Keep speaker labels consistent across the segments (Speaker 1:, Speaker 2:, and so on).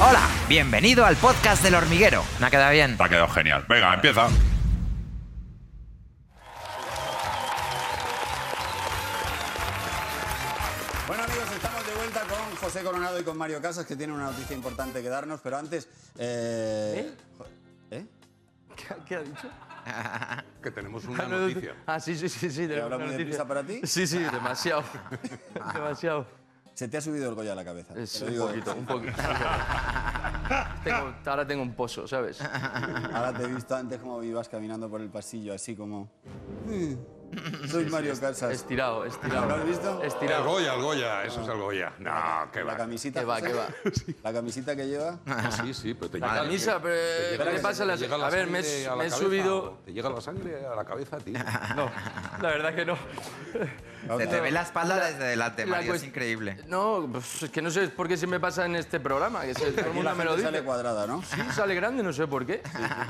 Speaker 1: Hola, bienvenido al podcast del hormiguero. Me ha quedado bien.
Speaker 2: Te ha quedado genial. Venga, empieza.
Speaker 3: Bueno amigos, estamos de vuelta con José Coronado y con Mario Casas, que tienen una noticia importante que darnos, pero antes... eh, jo- ¿Eh?
Speaker 4: ¿Qué ha dicho?
Speaker 5: Que tenemos una noticia.
Speaker 4: Ah, sí, sí, sí. sí
Speaker 3: ¿Te habla muy
Speaker 4: una noticia.
Speaker 3: deprisa para ti?
Speaker 4: Sí, sí, demasiado. demasiado.
Speaker 3: Se te ha subido el Goya a la cabeza. te
Speaker 4: Es
Speaker 3: lo
Speaker 4: Eh, un
Speaker 3: digo.
Speaker 4: poquito, un poquito. Tengo- ahora tengo un pozo, ¿sabes?
Speaker 3: ¿eh? Ahora te he visto antes como ibas caminando por el pasillo, así como... "Mm, Soy Mario Casas.
Speaker 4: Estirado, estirado.
Speaker 3: ¿Lo has visto?
Speaker 5: El
Speaker 4: Estirado.
Speaker 5: Goya, el Goya, eso es el Goya. No, que
Speaker 3: La
Speaker 5: va. Ah,
Speaker 3: camisita,
Speaker 4: Que va,
Speaker 3: José,
Speaker 4: que va.
Speaker 3: La camisita que lleva...
Speaker 5: Sí, sí, pero te
Speaker 4: La
Speaker 5: llega-
Speaker 4: camisa, pero. ¿Qué le pasa? a las-
Speaker 5: llega la
Speaker 4: a ver, me,
Speaker 5: sangre
Speaker 4: he-
Speaker 5: a la
Speaker 4: me he
Speaker 5: cabeza,
Speaker 4: subido.
Speaker 5: Te llega la sangre a la cabeza, tío.
Speaker 4: No, la verdad que no.
Speaker 1: Se te ve la espalda desde delante,
Speaker 4: La
Speaker 1: Mario. Es
Speaker 4: cuest-
Speaker 1: increíble.
Speaker 4: No, pues, es que no sé por qué se me pasa en este programa, que se- todo el
Speaker 3: Y
Speaker 4: mundo
Speaker 3: la
Speaker 4: me lo
Speaker 3: gente
Speaker 4: dice.
Speaker 3: sale cuadrada, ¿no?
Speaker 4: Sí, sale grande, no sé por qué.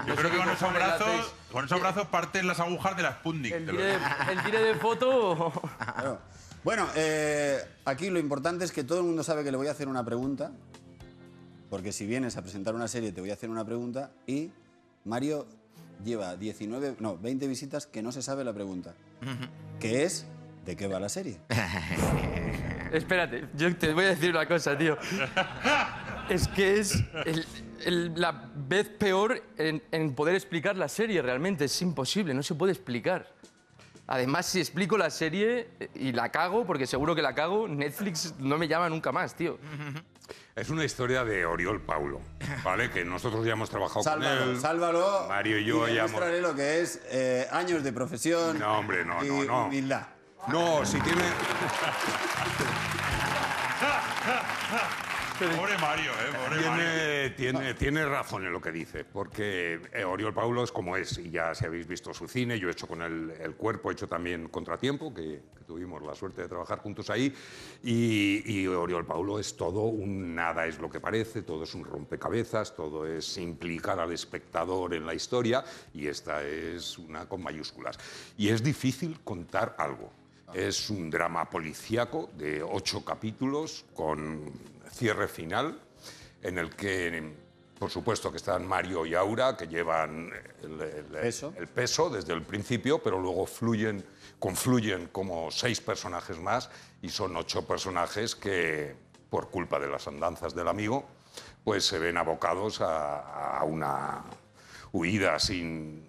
Speaker 6: Yo creo que con esos
Speaker 4: cojones le
Speaker 6: brazos,
Speaker 4: hacéis?
Speaker 6: con esos brazos partes las agujas de las Sputnik.
Speaker 4: El
Speaker 6: de
Speaker 4: tire
Speaker 6: verdad.
Speaker 4: de- el tire de foto.
Speaker 3: Claro. Bueno, eh, aquí lo importante es que todo el mundo sabe que le voy a hacer una pregunta, porque si vienes a presentar una serie te voy a hacer una pregunta y Mario lleva 19, no, 20 visitas que no se sabe la pregunta, que es ¿de qué va la serie?
Speaker 4: Espérate, yo te voy a decir una cosa, tío. Es que es el- el- la vez peor en, en poder explicar la serie, realmente. Es imposible, no se puede explicar. Además, si explico la serie eh, y la cago, porque seguro que la cago, Netflix no me llama nunca más, tío.
Speaker 5: Es una historia de Oriol Paulo, ¿vale? Que nosotros ya hemos trabajado con
Speaker 3: Sálvalo,
Speaker 5: él.
Speaker 3: sálvalo.
Speaker 5: Mario y yo
Speaker 3: y
Speaker 5: ya hemos-
Speaker 3: mostraré lo que es eh, años de profesión.
Speaker 5: No, hombre, no,
Speaker 3: y
Speaker 5: no, no.
Speaker 3: humildad.
Speaker 5: No, si tiene.
Speaker 6: Pobre Mario, eh, pobre Mario.
Speaker 5: Tiene, tiene, tiene razón en lo que dice, porque eh, Oriol Paulo es como es, y ya si habéis visto su cine, yo he hecho con él el cuerpo, he hecho también Contratiempo, que, que tuvimos la suerte de trabajar juntos ahí, y, y Oriol Paulo es todo un nada, es lo que parece, todo es un rompecabezas, todo es implicar al espectador en la historia, y esta es una con mayúsculas. Y es difícil contar algo. Es un drama policíaco de ocho capítulos con cierre final, en el que, por supuesto, que están Mario y Aura, que llevan el, el-
Speaker 3: Peso.
Speaker 5: el peso desde el principio, pero luego fluyen, confluyen como seis personajes más y son ocho personajes que, por culpa de las andanzas del amigo, pues se ven abocados a, a una huida sin,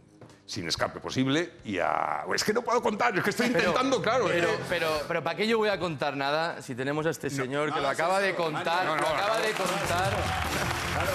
Speaker 5: sin escape posible y a... Es que no puedo contar, es que estoy intentando, claro.
Speaker 4: Pero,
Speaker 5: eh.
Speaker 4: pero, pero ¿para qué yo voy a contar nada si tenemos a este señor que
Speaker 3: No,
Speaker 4: lo
Speaker 3: sí,
Speaker 4: acaba
Speaker 3: sí,
Speaker 4: de contar,
Speaker 5: no, no,
Speaker 4: lo
Speaker 5: no,
Speaker 4: acaba
Speaker 5: no.
Speaker 4: de contar?
Speaker 3: Claro,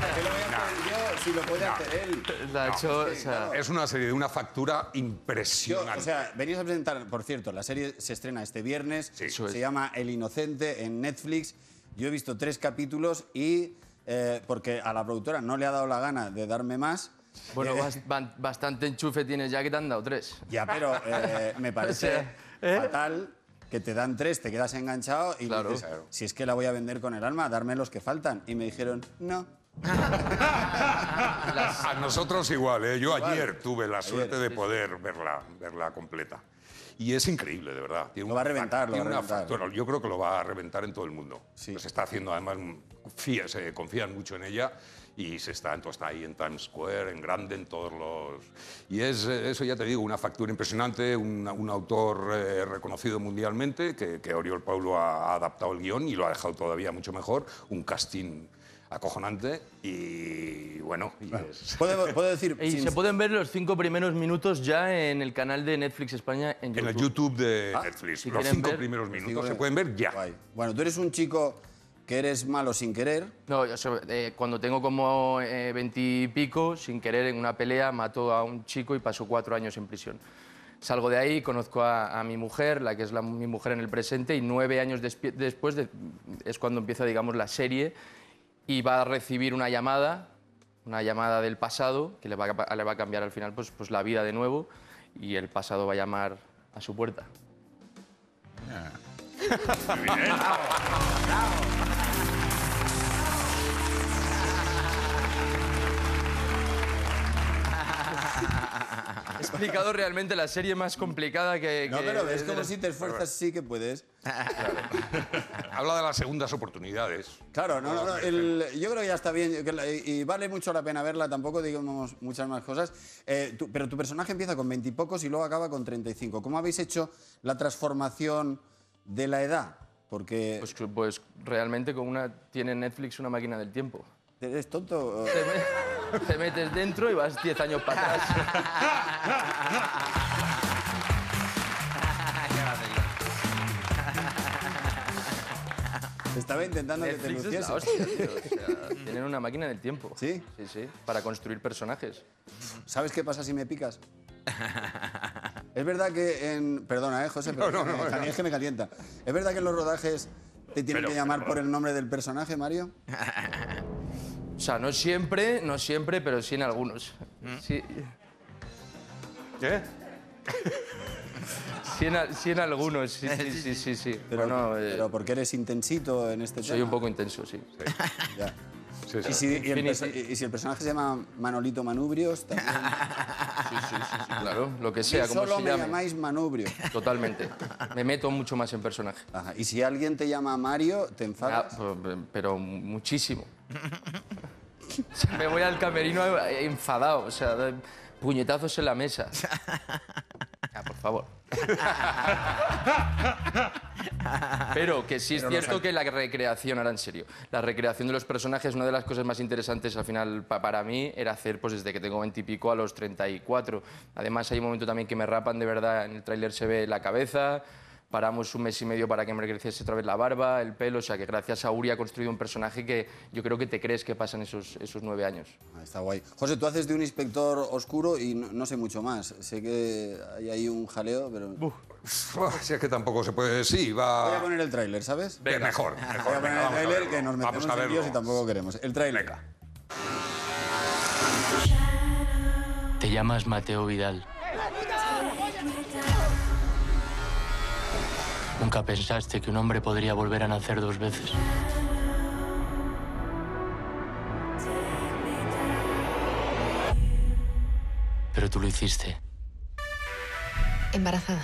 Speaker 3: ¿para qué lo voy a hacer yo si lo puede hacer él?
Speaker 4: La ha hecho, o sea,
Speaker 5: Es una serie de una factura
Speaker 3: Yo,
Speaker 5: impresionante.
Speaker 3: o sea, venís a presentar, por cierto, la serie se estrena este viernes,
Speaker 4: Eso
Speaker 3: se
Speaker 4: es.
Speaker 3: llama El Inocente en Netflix. Yo he visto tres capítulos y eh, porque a la productora no le ha dado la gana de darme más,
Speaker 4: bueno, bas- ban- bastante enchufe tienes ya que te han dado tres.
Speaker 3: ya, pero eh, me parece
Speaker 4: O sea, ¿eh?
Speaker 3: fatal que te dan tres, te quedas enganchado y
Speaker 4: Claro.
Speaker 3: dices,
Speaker 4: Claro.
Speaker 3: si es que la voy a vender con el alma, darme los que faltan. Y me dijeron, no.
Speaker 5: A Ah, nosotros igual, ¿eh? Yo ayer tuve la suerte de poder verla, verla completa. Y es increíble, de verdad. Tiene
Speaker 3: Lo
Speaker 5: una
Speaker 3: va a reventar,
Speaker 5: fac-
Speaker 3: lo va
Speaker 5: tiene
Speaker 3: a
Speaker 5: una
Speaker 3: reventar.
Speaker 5: factura. Yo creo que lo va a reventar en todo el mundo.
Speaker 3: Sí.
Speaker 5: Se está haciendo, además, confía- se confían mucho en ella y se está, entonces está ahí en Times Square, en grande, en todos los... Y es, eh, eso ya te digo, una factura impresionante, un, un autor eh, reconocido mundialmente, que, que Oriol Paulo ha, ha adaptado el guión y lo ha dejado todavía mucho mejor, un casting acojonante y bueno, y es-
Speaker 3: ¿Puedo, puedo decir,
Speaker 4: Y
Speaker 3: sin-
Speaker 4: se pueden ver los cinco primeros minutos ya en el canal de Netflix España en
Speaker 5: en
Speaker 4: YouTube.
Speaker 5: el YouTube de
Speaker 3: Ah,
Speaker 5: Netflix.
Speaker 4: si
Speaker 5: los
Speaker 4: quieren
Speaker 5: cinco
Speaker 4: ver,
Speaker 5: primeros
Speaker 3: digo
Speaker 5: minutos se
Speaker 3: que-
Speaker 5: pueden ver ya.
Speaker 3: Guay. Bueno, tú eres un chico que eres malo sin querer.
Speaker 4: No, yo soy- eh, cuando tengo como eh, veintipico, sin querer, en una pelea, mato a un chico y paso cuatro años en prisión. Salgo de ahí, conozco a, a mi mujer, la que es la- mi mujer en el presente, y nueve años despi- después de- es cuando empieza, digamos, la serie y va a recibir una llamada, una llamada del pasado, que le va a, capa- le va a cambiar al final pues, pues la vida de nuevo, y el pasado va a llamar a su puerta. He explicado realmente la serie más complicada que...
Speaker 3: No,
Speaker 4: que-
Speaker 3: pero
Speaker 4: de-
Speaker 3: es
Speaker 4: de
Speaker 3: como
Speaker 4: las- Eh,
Speaker 3: si te esfuerzas, sí que puedes.
Speaker 5: Habla de las segundas oportunidades.
Speaker 3: Claro, no, no, no, el- yo creo que ya está bien que la- y- y vale mucho la pena verla, tampoco digamos muchas más cosas, Eh, tú- pero tu personaje empieza con veintipocos y, luego acaba con 35. ¿Cómo habéis hecho la transformación de la edad? Porque
Speaker 4: Pues, que- pues realmente con una tiene Netflix una máquina del tiempo.
Speaker 3: eres tonto.
Speaker 4: Te, me- te metes dentro y vas 10 años para atrás.
Speaker 3: Te Estaba intentando que te
Speaker 4: Netflix es la
Speaker 3: lucieses.
Speaker 4: hostia, tío, o sea, tienen una máquina del tiempo.
Speaker 3: ¿Sí?
Speaker 4: Sí, sí. Para construir personajes.
Speaker 3: ¿Sabes qué pasa si me picas? es verdad que en. Perdona, ¿eh, José? Pero es que me- es que me calienta. ¿Es verdad que en los rodajes te tienen
Speaker 5: Pero,
Speaker 3: que llamar
Speaker 5: pero-
Speaker 3: por el nombre del personaje, Mario?
Speaker 4: O sea, no siempre, no siempre, pero sí en algunos. Sí,
Speaker 5: ¿Eh?
Speaker 4: sí en, al- sí en algunos, sí, sí, sí, sí. sí.
Speaker 3: Pero,
Speaker 4: Bueno, eh,
Speaker 3: pero porque eres intensito en este
Speaker 4: soy
Speaker 3: tema.
Speaker 4: un poco intenso, sí.
Speaker 3: Ya.
Speaker 5: Sí,
Speaker 3: Y
Speaker 5: sí.
Speaker 3: si, y el
Speaker 4: Infinity.
Speaker 3: perso- y si el personaje se llama Manolito Manubrios, también.
Speaker 4: Sí, sí, sí, sí, claro, lo que
Speaker 3: Y
Speaker 4: sea, Ah, como
Speaker 3: solo
Speaker 4: se
Speaker 3: me
Speaker 4: llame.
Speaker 3: llamáis Manubrio.
Speaker 4: Totalmente. Me meto mucho más en personaje.
Speaker 3: Ajá. Y si alguien te llama Mario, te
Speaker 4: Ah,
Speaker 3: enfadas.
Speaker 4: pero- pero muchísimo. O sea, Me voy al camerino enfadado, o sea, doy puñetazos en la mesa. Ah, por favor. Pero que sí es cierto que la recreación, ahora en serio, la recreación de los personajes, una de las cosas más interesantes al final pa- para mí era hacer pues desde que tengo 20 y pico a los 34. Además hay un momento también que me rapan de verdad, en el tráiler se ve la cabeza, paramos un mes y medio para que me creciese otra vez la barba, el pelo, o sea que gracias a Uri ha construido un personaje que yo creo que te crees que pasan esos, esos nueve años.
Speaker 3: Ah, está guay. José, tú haces de un inspector oscuro y no, no sé mucho más. Sé que hay ahí un jaleo, pero.
Speaker 5: Uf, Si es que tampoco se puede decir,
Speaker 3: Voy a
Speaker 5: va...
Speaker 3: poner el tráiler, ¿sabes?
Speaker 5: Eh, Mejor, mejor.
Speaker 3: Voy a poner
Speaker 5: Ah. venga,
Speaker 3: el
Speaker 5: vamos a
Speaker 3: tráiler
Speaker 5: verlo.
Speaker 3: que nos
Speaker 5: Vamos
Speaker 3: metemos
Speaker 5: a
Speaker 3: en líos
Speaker 5: verlo.
Speaker 3: y tampoco queremos. El tráiler.
Speaker 5: Venga.
Speaker 4: Te llamas Mateo Vidal. Nunca pensaste que un hombre podría volver a nacer dos veces. Pero tú lo hiciste.
Speaker 2: Embarazada.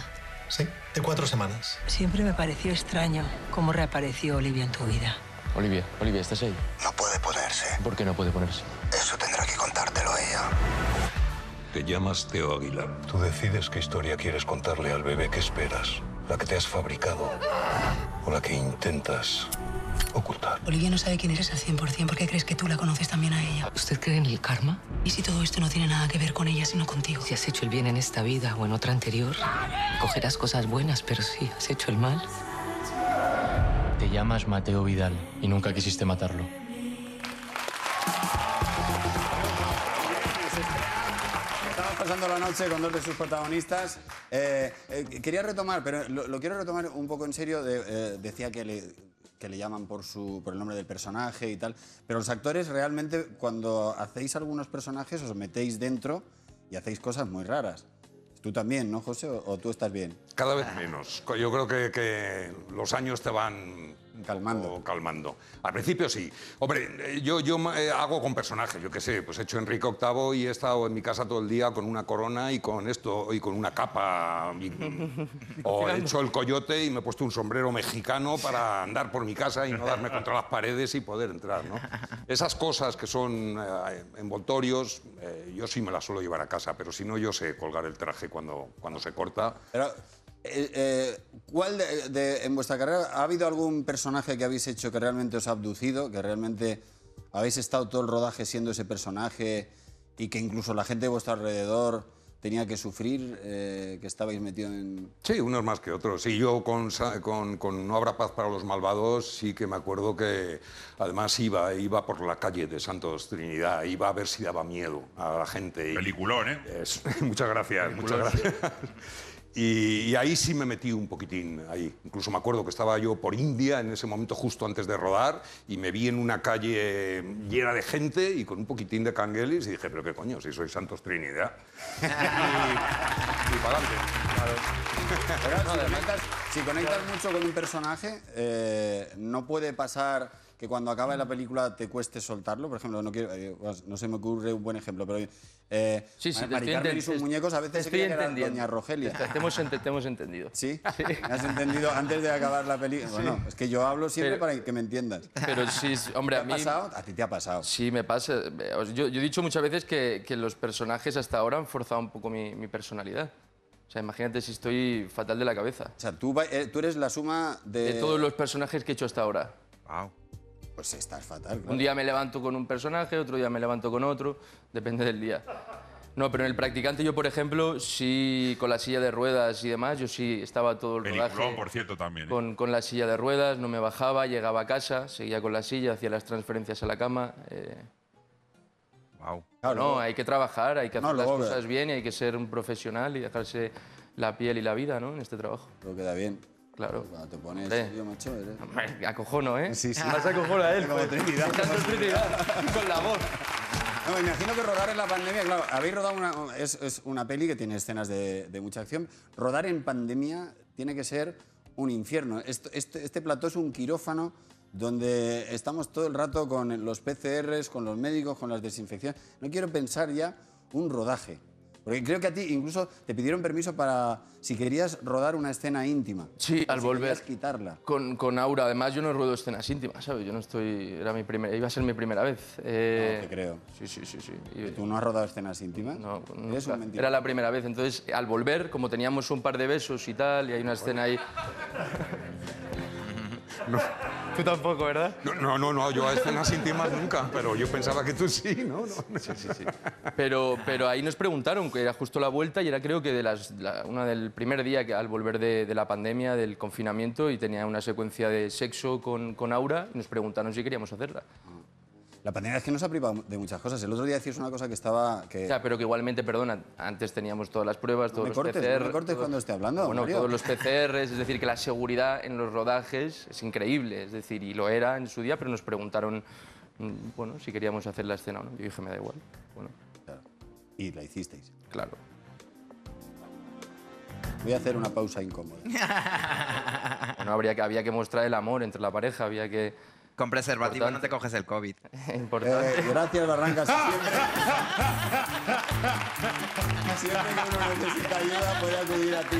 Speaker 7: Sí, de cuatro semanas.
Speaker 8: Siempre me pareció extraño cómo reapareció Olivia en tu vida.
Speaker 4: Olivia, Olivia, ¿estás ahí?
Speaker 9: No puede ponerse.
Speaker 4: ¿Por qué no puede ponerse?
Speaker 9: Eso tendrá que contártelo ella.
Speaker 10: Te llamas Teo Águila.
Speaker 7: Tú decides qué historia quieres contarle al bebé que esperas, la que te has fabricado o la que intentas ocultar.
Speaker 8: Olivia no sabe quién eres al 100%. ¿Por qué crees que tú la conoces también a ella?
Speaker 2: ¿Usted cree en el karma?
Speaker 8: ¿Y si todo esto no tiene nada que ver con ella, sino contigo?
Speaker 2: Si has hecho el bien en esta vida o en otra anterior, cogerás cosas buenas, pero si has hecho el mal,
Speaker 4: Te llamas Mateo Vidal y nunca quisiste matarlo.
Speaker 3: Estamos pasando la noche con dos de sus protagonistas. Eh, eh, quería retomar, pero lo, lo quiero retomar un poco en serio. de- eh, decía que le, que le llaman por, su, por el nombre del personaje y tal. Pero los actores realmente, cuando hacéis algunos personajes, os metéis dentro y hacéis cosas muy raras. Tú también, ¿no, José? ¿O, o tú estás bien?
Speaker 5: Cada vez menos. Co- Yo creo que, que los años te van un
Speaker 3: Calmando.
Speaker 5: poco calmando. Al principio sí. Hombre, eh, yo, yo ma- eh, hago con personajes, yo qué sé, pues he hecho Enrique VIII y he estado en mi casa todo el día con una corona y con esto y con una capa. y- o he hecho el coyote y me he puesto un sombrero mexicano para andar por mi casa y no darme contra las paredes y poder entrar, ¿no? Esas cosas que son eh, envoltorios, eh, yo sí me las suelo llevar a casa, pero si no yo sé colgar el traje cuando, cuando se corta.
Speaker 3: Pero, eh, eh, ¿cuál de- de- en vuestra carrera ha habido algún personaje que habéis hecho que realmente os ha abducido, que realmente habéis estado todo el rodaje siendo ese personaje y que incluso la gente de vuestro alrededor tenía que sufrir, eh, que estabais metido en...
Speaker 5: Sí, unos más que otros. Y yo con, Sa- con- con No habrá paz para los malvados sí que me acuerdo que además iba, iba por la calle de Santos Trinidad, iba a ver si daba miedo a la gente. y-
Speaker 6: Peliculón, ¿eh?
Speaker 5: Es- muchas gracias, muchas gracias. Y, y ahí sí me metí un poquitín ahí. Incluso me acuerdo que estaba yo por India en ese momento justo antes de rodar y me vi en una calle llena de gente y con un poquitín de canguelis y dije, pero qué coño, si soy Santos Trinidad. y, y para adelante.
Speaker 3: Pero si, conectas, si conectas mucho con un personaje, eh, no puede pasar que cuando acabe la película te cueste soltarlo. Por ejemplo, no, quiero, eh, pues, no se me ocurre un buen ejemplo, pero eh,
Speaker 4: Sí, sí,
Speaker 3: Mari
Speaker 4: te estoy
Speaker 3: Carmen
Speaker 4: enten-
Speaker 3: y sus
Speaker 4: te-
Speaker 3: muñecos a veces
Speaker 4: te
Speaker 3: se
Speaker 4: estoy
Speaker 3: creía que era
Speaker 4: entendiendo.
Speaker 3: Doña Rogelia.
Speaker 4: Te, te hemos, ent- te hemos entendido.
Speaker 3: ¿Sí? ¿Me has entendido antes de acabar la película? Bueno, es que yo hablo siempre
Speaker 4: Pero-
Speaker 3: para que me entiendas.
Speaker 4: Pero sí, sí, hombre,
Speaker 3: ¿Te
Speaker 4: a
Speaker 3: ha
Speaker 4: mí...
Speaker 3: pasado? A ti te ha pasado.
Speaker 4: Sí, me pasa. Os- Yo, yo he dicho muchas veces que, que los personajes hasta ahora han forzado un poco mi, mi personalidad. O sea, imagínate si estoy fatal de la cabeza.
Speaker 3: O sea, tú, va- eh, tú eres la suma de...
Speaker 4: De
Speaker 6: Eh.
Speaker 4: todos los personajes que he hecho hasta ahora.
Speaker 1: Wow.
Speaker 3: Pues estás fatal. claro.
Speaker 4: Un día me levanto con un personaje, otro día me levanto con otro, depende del día. No, pero en el practicante yo, por ejemplo, sí, con la silla de ruedas y demás, yo sí estaba todo el
Speaker 6: Peliculón,
Speaker 4: rodaje
Speaker 6: por cierto, también. ¿eh?
Speaker 4: con, con la silla de ruedas, no me bajaba, llegaba a casa, seguía con la silla, hacía las transferencias a la cama. eh,
Speaker 1: Wow.
Speaker 3: Claro,
Speaker 4: no, hay que trabajar, hay que
Speaker 3: No,
Speaker 4: hacer las
Speaker 3: luego- eh.
Speaker 4: cosas bien y hay que ser un profesional y dejarse la piel y la vida, ¿no? En este trabajo,
Speaker 3: Pero queda bien.
Speaker 4: claro.
Speaker 3: Cuando te pones
Speaker 4: Hombre.
Speaker 3: serio, macho, eres...
Speaker 4: Hombre, Acojono, ¿eh?
Speaker 3: Sí, sí.
Speaker 4: Más acojona él. pues.
Speaker 3: Como
Speaker 4: joder.
Speaker 3: Trinidad,
Speaker 4: Tanto
Speaker 3: como
Speaker 4: Trinidad, con la voz.
Speaker 3: No, me imagino que rodar en la pandemia, claro, habéis rodado una, es, es una peli que tiene escenas de, de mucha acción. Rodar en pandemia tiene que ser un infierno. Esto- este, este plató es un quirófano donde estamos todo el rato con los PCRs, con los médicos, con las desinfecciones. No quiero pensar ya un rodaje. Porque creo que a ti incluso te pidieron permiso para, si querías rodar una escena íntima.
Speaker 4: Sí,
Speaker 3: O
Speaker 4: al
Speaker 3: si
Speaker 4: volver.
Speaker 3: querías quitarla.
Speaker 4: Con, con Aura, además, yo no ruedo escenas íntimas, ¿sabes? Yo no estoy. Era mi primer, iba a ser mi primera vez. Eh,
Speaker 3: No te creo.
Speaker 4: Sí, sí, sí. sí. Y-
Speaker 3: ¿Tú no has rodado escenas íntimas?
Speaker 4: no, nunca.
Speaker 3: Eres un mentiroso.
Speaker 4: Era la primera vez. Entonces, al volver, como teníamos un par de besos y tal, y hay una escena ahí. Tú tampoco, ¿verdad?
Speaker 5: No, no, no, no, yo a escenas íntimas nunca, pero yo pensaba que tú sí, ¿no? No, no.
Speaker 4: Pero, pero ahí nos preguntaron, que era justo la vuelta y era creo que de las, la- una del primer día que, al volver de, de la pandemia, del confinamiento, y tenía una secuencia de sexo con, con Aura, y nos preguntaron si queríamos hacerla.
Speaker 3: La pandemia es que nos ha privado de muchas cosas. El otro día decías una cosa que estaba... Que,
Speaker 4: Ya, pero que igualmente, perdona, antes teníamos todas las pruebas, todos
Speaker 3: me
Speaker 4: los
Speaker 3: cortes, no
Speaker 4: PCR.
Speaker 3: me cortes
Speaker 4: todo-
Speaker 3: cuando esté hablando,
Speaker 4: Bueno,
Speaker 3: Mario.
Speaker 4: todos los PCRs, es decir, que la seguridad en los rodajes es increíble, es decir, y lo era en su día, pero nos preguntaron, mm, bueno, si queríamos hacer la escena o no. Yo dije, me da igual. Bueno,
Speaker 3: Claro. Y la hicisteis.
Speaker 4: claro.
Speaker 3: Voy a hacer una pausa incómoda.
Speaker 4: Bueno, habría que, había que mostrar el amor entre la pareja, había que.
Speaker 1: Con preservativo no
Speaker 4: Importante.
Speaker 1: te coges el COVID.
Speaker 4: Importante.
Speaker 3: Eh, gracias, Barrancas. Siempre, siempre que uno necesita ayuda puede acudir a ti.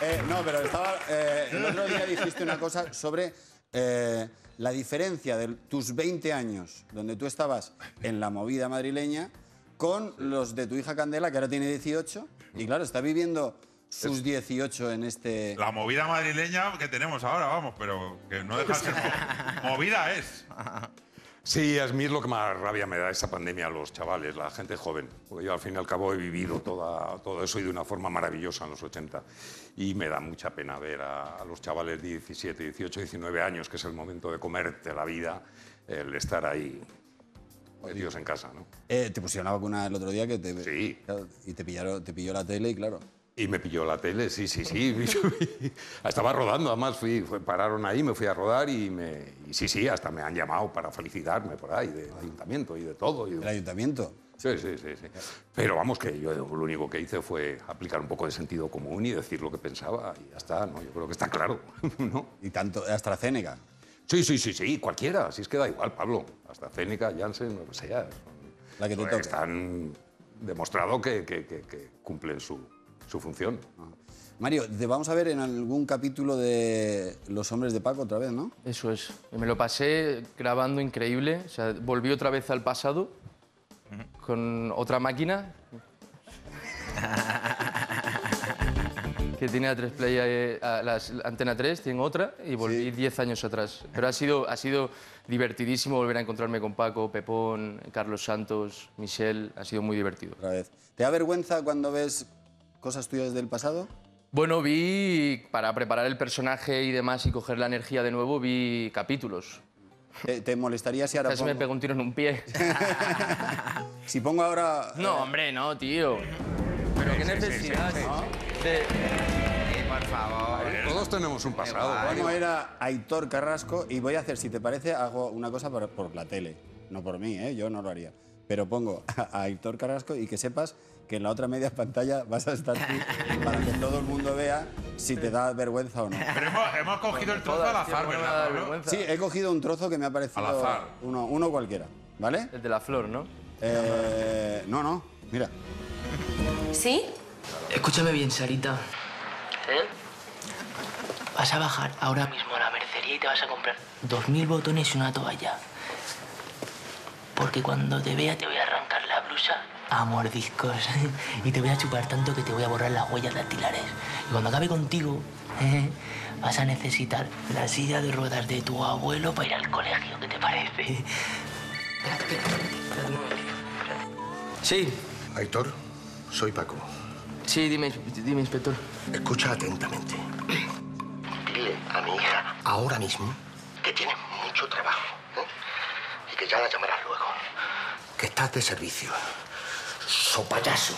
Speaker 3: Eh, no, pero estaba... eh, el otro día dijiste una cosa sobre eh, la diferencia de tus 20 años, donde tú estabas en la movida madrileña, con los de tu hija Candela, que ahora tiene 18, y claro, está viviendo sus 18 en este...
Speaker 6: La movida madrileña que tenemos ahora, vamos, pero que no deja de ser mo- movida es.
Speaker 5: Sí, a mí es lo que más rabia me da esta pandemia a los chavales, la gente joven. Porque yo al fin y al cabo he vivido toda, todo eso y de una forma maravillosa en los 80. Y me da mucha pena ver a, a los chavales de 17, 18, 19 años, que es el momento de comerte la vida, el estar ahí metidos en casa, ¿no?
Speaker 3: Eh, te pusieron la vacuna el otro día que te,
Speaker 5: Sí.
Speaker 3: claro, y te, pillaron, te pilló la tele y claro.
Speaker 5: Y me pilló la tele, sí, sí, sí. Estaba rodando, además fui, fue- pararon ahí, me fui a rodar y, me, y sí, sí, hasta me han llamado para felicitarme por ahí, del ayuntamiento y de todo. y de-
Speaker 3: El ayuntamiento.
Speaker 5: Sí, sí, sí, sí. Pero vamos, que yo lo único que hice fue aplicar un poco de sentido común y decir lo que pensaba y ya está, ¿no? Yo creo que está claro, ¿no?
Speaker 3: Y tanto, AstraZeneca.
Speaker 5: Sí, sí, sí, sí, cualquiera, si es que da igual, Pablo. Hasta Cénica, Janssen, lo que sea.
Speaker 3: La que te
Speaker 5: Pues
Speaker 3: toque.
Speaker 5: Están demostrado que, que- que- que cumplen su, su función.
Speaker 3: Mario, te vamos a ver en algún capítulo de Los hombres de Paco otra vez, ¿no?
Speaker 4: Eso es. Me lo pasé grabando increíble. O sea, volví otra vez al pasado con otra máquina que tiene a tres play, eh, a las- la antena 3, tiene otra y volví 10 años atrás. Pero ha sido, ha sido divertidísimo volver a encontrarme con Paco, Pepón, Carlos Santos, Michelle. Ha sido muy divertido.
Speaker 3: Otra vez. ¿Te da vergüenza cuando ves cosas tuyas del pasado?
Speaker 4: Bueno, vi para preparar el personaje y demás y coger la energía de nuevo, vi capítulos.
Speaker 3: ¿Te, te molestaría si ahora
Speaker 4: Casi Pues me
Speaker 3: pongo,
Speaker 4: pegó un tiro en un pie.
Speaker 3: si pongo ahora...
Speaker 4: No, hombre, no, tío. Pero qué necesidad, ¿no? De-
Speaker 1: Sí, por favor.
Speaker 5: Todos tenemos un pasado, Mario.
Speaker 3: ¿Cómo era Aitor Carrasco? Y voy a hacer, si te parece, hago una cosa por, por la tele. No por mí, ¿eh? Yo no lo haría. pero pongo a Aitor Carrasco y que sepas que en la otra media pantalla vas a estar tú para que todo el mundo vea si te da vergüenza o no.
Speaker 6: Pero hemos, hemos cogido el trozo al azar,
Speaker 4: no me va a dar
Speaker 6: ¿verdad? Pablo?
Speaker 4: vergüenza.
Speaker 3: Sí, he cogido un trozo que me ha parecido
Speaker 6: Al azar.
Speaker 3: Uno, uno cualquiera, ¿vale?
Speaker 4: El de la flor, ¿no?
Speaker 3: Eh, no, no, mira.
Speaker 11: ¿Sí?
Speaker 2: Escúchame bien, Sarita. Vas a bajar ahora mismo a la mercería y te vas a comprar dos mil botones y una toalla. Porque cuando te vea te voy a arrancar la blusa a mordiscos. y te voy a chupar tanto que te voy a borrar las huellas dactilares. Y cuando acabe contigo, vas a necesitar la silla de ruedas de tu abuelo para ir al colegio. ¿Qué te parece? Espérate, espérate, espérate un momentito, espérate.
Speaker 9: Sí. Aitor, soy Paco.
Speaker 2: Sí, dime, dime, inspector.
Speaker 9: Escucha atentamente.
Speaker 2: Dile
Speaker 9: A mi hija, ahora mismo, que tienes mucho trabajo. ¿eh? Y que ya la llamarás luego. Que estás de servicio. Sopayaso.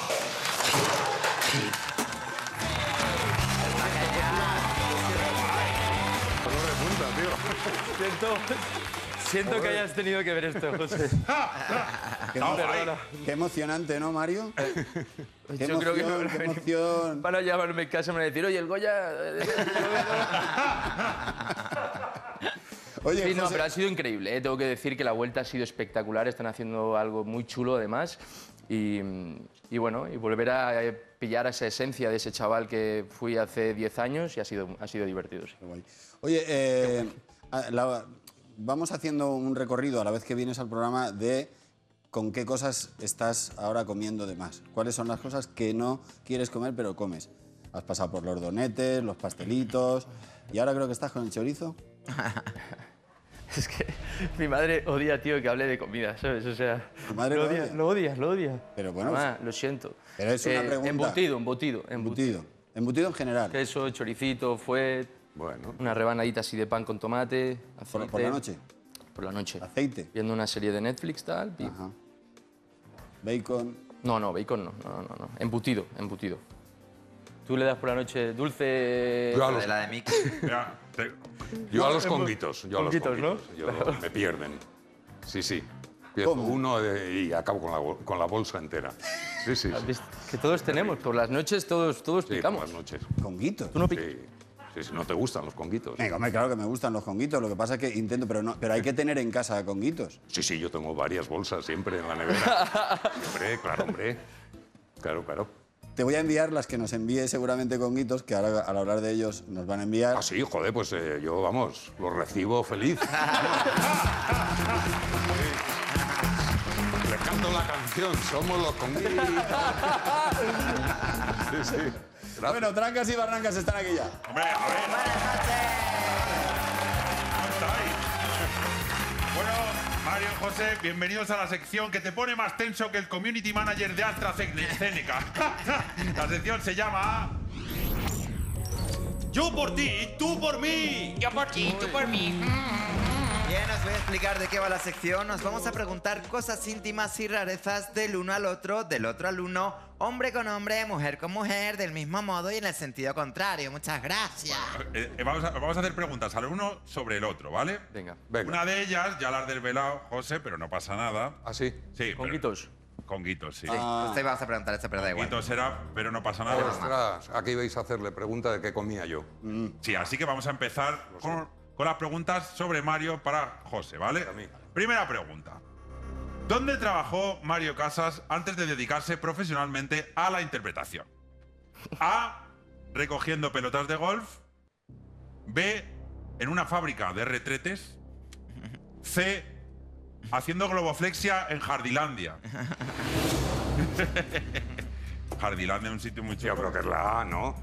Speaker 4: Siento, siento que hayas tenido que ver esto, José. Ah,
Speaker 3: Qué, emo-
Speaker 6: No, perdona.
Speaker 3: qué emocionante, ¿no, Mario? Qué
Speaker 4: Yo creo que me
Speaker 3: emoción,
Speaker 4: van a
Speaker 3: qué
Speaker 4: venir.
Speaker 3: emoción.
Speaker 4: Van a llamarme en casa y me van a decir, oye, el Goya... eh,
Speaker 3: Oye,
Speaker 4: Sí, no,
Speaker 3: José-
Speaker 4: pero ha sido increíble. ¿eh? Tengo que decir que la vuelta ha sido espectacular. Están haciendo algo muy chulo, además. Y, y bueno, y volver a eh, pillar esa esencia de ese chaval que fui hace 10 años y ha sido, ha sido divertido. sí.
Speaker 3: Qué guay. Oye, eh, a- la- vamos haciendo un recorrido a la vez que vienes al programa de con qué cosas estás ahora comiendo de más. ¿Cuáles son las cosas que no quieres comer pero comes? Has pasado por los donetes, los pastelitos y ahora creo que estás con el chorizo.
Speaker 4: Es que mi madre odia, tío, que hable de comida, ¿sabes? O sea,
Speaker 3: ¿Tu madre
Speaker 4: lo
Speaker 3: lo
Speaker 4: odia,
Speaker 3: odia?
Speaker 4: lo odia, lo odia.
Speaker 3: Pero bueno,
Speaker 4: Mamá, lo siento. Eh,
Speaker 3: pero es una pregunta.
Speaker 4: Embutido, embutido, embutido.
Speaker 3: Embutido. Embutido en general.
Speaker 4: Queso, choricito, fue
Speaker 5: Bueno.
Speaker 4: una rebanadita así de pan con tomate,
Speaker 3: Por, por
Speaker 4: aceite.
Speaker 3: la noche.
Speaker 4: Por la noche.
Speaker 3: Aceite.
Speaker 4: Viendo una serie de Netflix, tal. y-
Speaker 3: Ajá. Bacon.
Speaker 4: No, no, bacon no, no, no, no. Embutido, embutido. Tú le das por la noche dulce.
Speaker 5: Yo a
Speaker 1: La
Speaker 5: los,
Speaker 1: Eh, de la de Mickey.
Speaker 6: Mira, te-
Speaker 5: yo a los conguitos. Yo a los
Speaker 4: Conguitos, ¿no?
Speaker 5: conguitos, yo- me pierden. Sí, sí. Empiezo
Speaker 3: ¿Cómo?
Speaker 5: uno eh, y acabo con la, bol- con la bolsa entera. Sí, sí.
Speaker 4: ¿Has
Speaker 5: sí.
Speaker 4: visto? Que todos tenemos, por las noches todos, todos
Speaker 5: Sí, por
Speaker 4: picamos.
Speaker 5: las noches.
Speaker 3: Conguitos.
Speaker 4: Tú no picas.
Speaker 5: Sí. Sí, sí, no te gustan los conguitos.
Speaker 3: Venga, hombre, claro que me gustan los conguitos. Lo que pasa es que intento, pero no, pero hay que tener en casa conguitos.
Speaker 5: Sí, sí, yo tengo varias bolsas siempre en la nevera. Hombre, claro, hombre. Claro, claro.
Speaker 3: Te voy a enviar las que nos envíe seguramente Conguitos, que ahora al hablar de ellos nos van a enviar.
Speaker 5: Ah, sí, joder, pues eh, yo, vamos, lo recibo feliz. Le canto la canción, somos los conguitos. Sí, sí. Gracias.
Speaker 3: Bueno, trancas y barrancas están aquí ya.
Speaker 6: Hombre, a ver. ¿Cómo estáis? Bueno, Mario, José, bienvenidos a la sección que te pone más tenso que el community manager de AstraZeneca. la sección se llama... Yo por ti, tú por mí.
Speaker 11: Yo por ti, tú por mí.
Speaker 1: Bien, os voy a explicar de qué va la sección. Nos vamos a preguntar cosas íntimas y rarezas del uno al otro, del otro al uno, hombre con hombre, mujer con mujer, del mismo modo y en el sentido contrario. Muchas gracias.
Speaker 6: Eh, eh, vamos, a, vamos a hacer preguntas al uno sobre el otro, ¿vale?
Speaker 4: Venga.
Speaker 5: Venga.
Speaker 6: Una de ellas ya la has desvelado, José, pero no pasa nada.
Speaker 5: Ah, sí.
Speaker 6: Sí,
Speaker 4: Conguitos.
Speaker 6: pero- Conguitos, sí.
Speaker 3: Ah,
Speaker 1: Usted vas a preguntar esto, pero da igual.
Speaker 6: Conguitos era, pero no pasa nada.
Speaker 5: Ostras, aquí vais a hacerle pregunta de qué comía yo.
Speaker 6: Mm, Sí, así que vamos a empezar con, con las preguntas sobre Mario para José, ¿vale?
Speaker 5: Para mí.
Speaker 6: Primera pregunta. ¿Dónde trabajó Mario Casas antes de dedicarse profesionalmente a la interpretación? A. Recogiendo pelotas de golf. B. En una fábrica de retretes. C. Haciendo globoflexia en Jardilandia. Jardilandia es un sitio muy
Speaker 5: Yo
Speaker 6: chulo.
Speaker 5: creo que es la A, ¿no?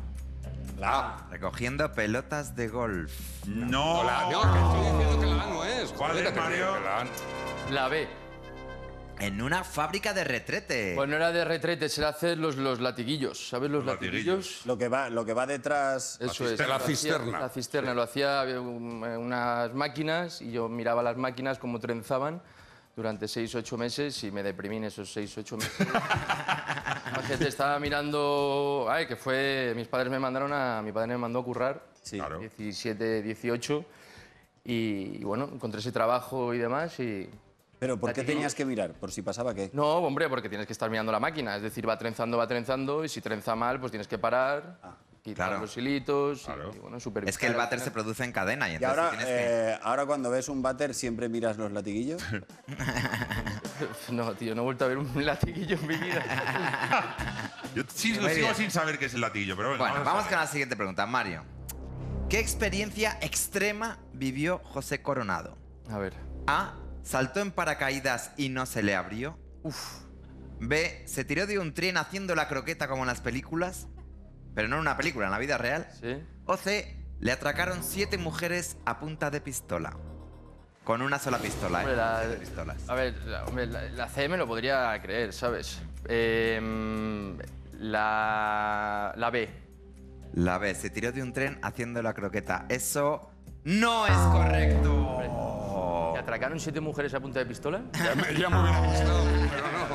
Speaker 5: La A.
Speaker 1: Recogiendo pelotas de golf.
Speaker 6: No.
Speaker 5: No, la A, no, que estoy diciendo que la A no es.
Speaker 6: ¿Cuál
Speaker 5: Joder,
Speaker 6: es,
Speaker 5: que te
Speaker 6: Mario?
Speaker 5: digo que la A-
Speaker 4: La B.
Speaker 1: En una fábrica de retrete.
Speaker 4: Pues no era de retretes, era hacer los, los latiguillos. ¿Sabes los,
Speaker 6: Los latiguillos.
Speaker 4: latiguillos?
Speaker 3: Lo que va, lo que va detrás.
Speaker 4: Eso
Speaker 5: cisterna,
Speaker 4: es.
Speaker 5: la
Speaker 4: lo hacía-
Speaker 5: cisterna.
Speaker 4: La cisterna. Lo hacía eh, un- eh, unas máquinas y yo miraba las máquinas como trenzaban durante 6-8 meses y me deprimí en esos 6-8 meses. Imagínate, estaba mirando... Ay, que fue... Mis padres me mandaron a... Mi padre me mandó a currar.
Speaker 3: Sí.
Speaker 6: Claro.
Speaker 4: 17, 18. Y, y bueno, encontré ese trabajo y demás y...
Speaker 3: Pero ¿por qué tenías que mirar? ¿Por si pasaba qué?
Speaker 4: No, hombre, porque tienes que estar mirando la máquina. Es decir, va trenzando, va trenzando y si trenza mal, pues tienes que parar, quitar los hilitos y- y, bueno, supervisar.
Speaker 1: Ah, Es que el
Speaker 4: al
Speaker 1: váter
Speaker 4: final.
Speaker 1: se produce en cadena y
Speaker 3: Y
Speaker 1: entonces
Speaker 3: ahora,
Speaker 1: pues tienes que...
Speaker 3: eh, ahora cuando ves un váter, ¿siempre miras los latiguillos?
Speaker 4: No, tío, no he vuelto a ver un latiguillo en mi vida.
Speaker 6: Yo sigo,
Speaker 1: Muy
Speaker 6: sigo
Speaker 1: bien.
Speaker 6: sin saber qué es el latillo, pero bueno.
Speaker 1: Bueno,
Speaker 6: a
Speaker 1: vamos
Speaker 6: saber.
Speaker 1: con la siguiente pregunta, Mario. ¿Qué experiencia extrema vivió José Coronado?
Speaker 4: A ver.
Speaker 1: A. Saltó en paracaídas y no se le abrió. Uf. B. Se tiró de un tren haciendo la croqueta como en las películas, pero no en una película, en la vida real.
Speaker 4: Sí.
Speaker 1: O C. Le atracaron siete mujeres a punta de pistola. Con una sola pistola, ¿eh?
Speaker 4: Hombre, la-
Speaker 1: Siete pistolas.
Speaker 4: A ver, la, hombre, la- la CM lo podría creer, ¿sabes? Em, la, la B.
Speaker 1: La B. Se tiró de un tren haciendo la croqueta. Eso no es correcto.
Speaker 4: ¿Te atracaron siete mujeres a punta de pistola?
Speaker 5: Ya me, ya me hubiera gustado, pero no.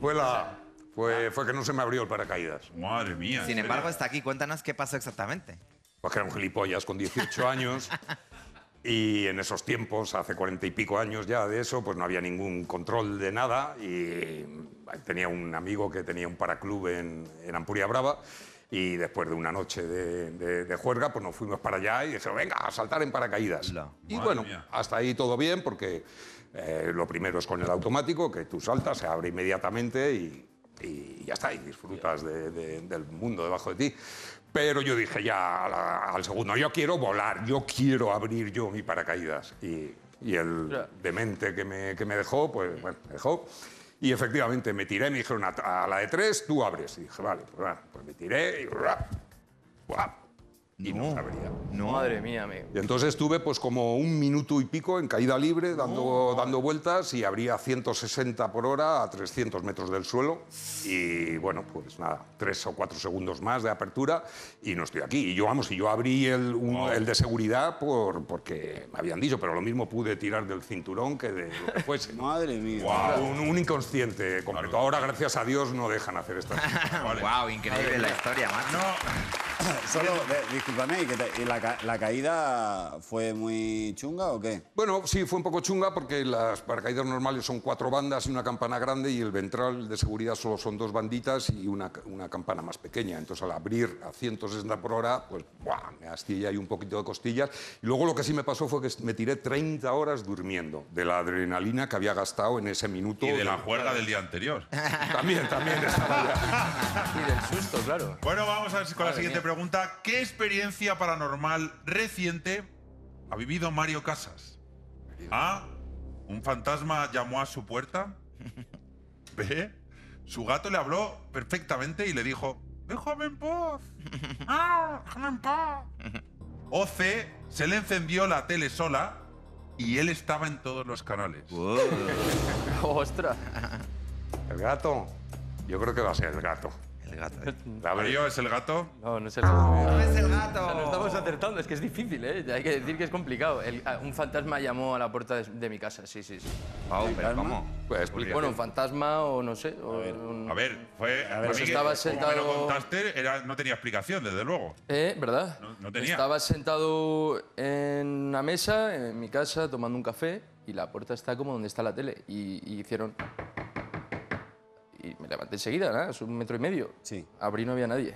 Speaker 5: Fue, la, fue, fue que no se me abrió el paracaídas.
Speaker 6: Madre mía.
Speaker 1: Sin embargo, está aquí. Cuéntanos qué pasó exactamente.
Speaker 5: Pues que era un gilipollas con 18 años. Y en esos tiempos, hace cuarenta y pico años ya de eso, pues no había ningún control de nada. Y eh, tenía un amigo que tenía un paraclub en, en Ampuria Brava. Y después de una noche de, de- de juerga, pues nos fuimos para allá y dije, venga, a saltar en paracaídas. Y
Speaker 6: Madre
Speaker 5: bueno,
Speaker 6: mía.
Speaker 5: hasta ahí todo bien, porque eh, lo primero es con el automático, que tú saltas, se abre inmediatamente y, y ya está, y disfrutas de- de- del mundo debajo de ti. Pero yo dije ya a la- al segundo, yo quiero volar, yo quiero abrir yo mi paracaídas. Y, y el
Speaker 4: Ya.
Speaker 5: demente que me, que me dejó, pues bueno, me dejó. Y efectivamente me tiré, me dijeron, a, a la de tres tú abres. Y dije, vale, pues, va, pues me tiré y... ¡ra! ¡guap! Y no, se abría.
Speaker 1: No.
Speaker 4: Madre mía, amigo.
Speaker 5: Y entonces estuve pues como un minuto y pico en caída libre, dando, dando vueltas y abría 160 por hora a 300 metros del suelo. Y bueno, pues nada, tres o cuatro segundos más de apertura y no estoy aquí. Y yo, vamos, y yo abrí el, un- el de seguridad por, porque me habían dicho, pero lo mismo pude tirar del cinturón que de lo que fuese. ¿no?
Speaker 3: Madre mía.
Speaker 5: Guau, un, un inconsciente completo. Ahora, gracias a Dios, no dejan hacer estas cosas.
Speaker 6: Vale.
Speaker 1: Wow, increíble la historia, Mario.
Speaker 6: No,
Speaker 3: Solo, eh, discúlpame, ¿y que te- y la, ca- la caída fue muy chunga o qué?
Speaker 5: Bueno, sí, fue un poco chunga porque las paracaídas normales son cuatro bandas y una campana grande y el ventral de seguridad solo son dos banditas y una, una campana más pequeña. Entonces al abrir a 160 por hora, pues ¡buah! me astilla y un poquito de costillas. Y luego lo que sí me pasó fue que me tiré 30 horas durmiendo de la adrenalina que había gastado en ese minuto.
Speaker 6: y de la juerga del día anterior.
Speaker 5: También, también estaba ya.
Speaker 4: Y del susto, claro.
Speaker 6: Bueno, vamos a ver si con la
Speaker 4: Madre
Speaker 6: siguiente
Speaker 4: mía.
Speaker 6: pregunta. ¿Qué experiencia paranormal reciente ha vivido Mario Casas? A. Un fantasma llamó a su puerta. B. Su gato le habló perfectamente y le dijo: Déjame en paz. Ah, déjame en paz. O C. Se le encendió la tele sola y él estaba en todos los canales.
Speaker 4: Ostras.
Speaker 5: El gato. Yo creo que va a ser el gato.
Speaker 1: El gato. ¿eh?
Speaker 5: La abrí.
Speaker 6: Mario es el gato.
Speaker 4: No, no es el gato.
Speaker 1: No es el
Speaker 4: O sea, no
Speaker 1: gato.
Speaker 4: estamos acertando, es que es difícil, ¿eh? Hay que decir que es complicado. El- ah, un fantasma llamó a la puerta de, de mi casa, sí, sí. sí.
Speaker 1: Pau, pero
Speaker 3: Calma.
Speaker 1: ¿cómo?
Speaker 5: Pues explica.
Speaker 4: Bueno, un fantasma o no sé. o un-
Speaker 6: A ver, fue. A
Speaker 4: ver, estaba
Speaker 6: Como me lo
Speaker 4: sentado-
Speaker 6: contaste, era- no tenía explicación, desde luego.
Speaker 4: Eh, ¿Verdad?
Speaker 6: No- no tenía.
Speaker 4: Estaba sentado en una mesa, en mi casa, tomando un café, y la puerta está como donde está la tele. Y, y hicieron. Y me levanté enseguida, nada, es un metro y medio.
Speaker 3: Sí.
Speaker 4: Abrí, no había nadie.